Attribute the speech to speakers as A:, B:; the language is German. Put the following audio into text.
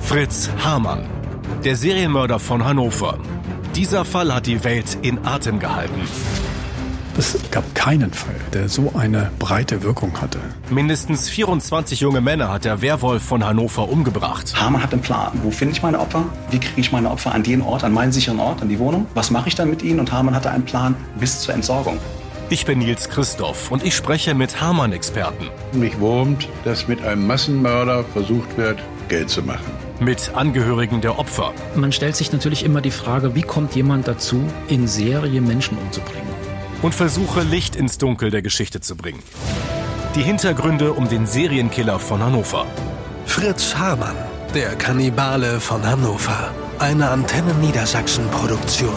A: Fritz Hamann, der Serienmörder von Hannover. Dieser Fall hat die Welt in Atem gehalten.
B: Es gab keinen Fall, der so eine breite Wirkung hatte.
A: Mindestens 24 junge Männer hat der Werwolf von Hannover umgebracht.
C: Hamann hat einen Plan. Wo finde ich meine Opfer? Wie kriege ich meine Opfer an den Ort, an meinen sicheren Ort, an die Wohnung? Was mache ich dann mit ihnen? Und Hamann hatte einen Plan bis zur Entsorgung.
A: Ich bin Nils Christoph und ich spreche mit Hamann-Experten.
D: Mich wurmt, dass mit einem Massenmörder versucht wird, Geld zu machen.
A: Mit Angehörigen der Opfer.
E: Man stellt sich natürlich immer die Frage, wie kommt jemand dazu, in Serie Menschen umzubringen?
A: Und versuche Licht ins Dunkel der Geschichte zu bringen. Die Hintergründe um den Serienkiller von Hannover.
F: Fritz Hamann, der Kannibale von Hannover. Eine Antenne Niedersachsen-Produktion.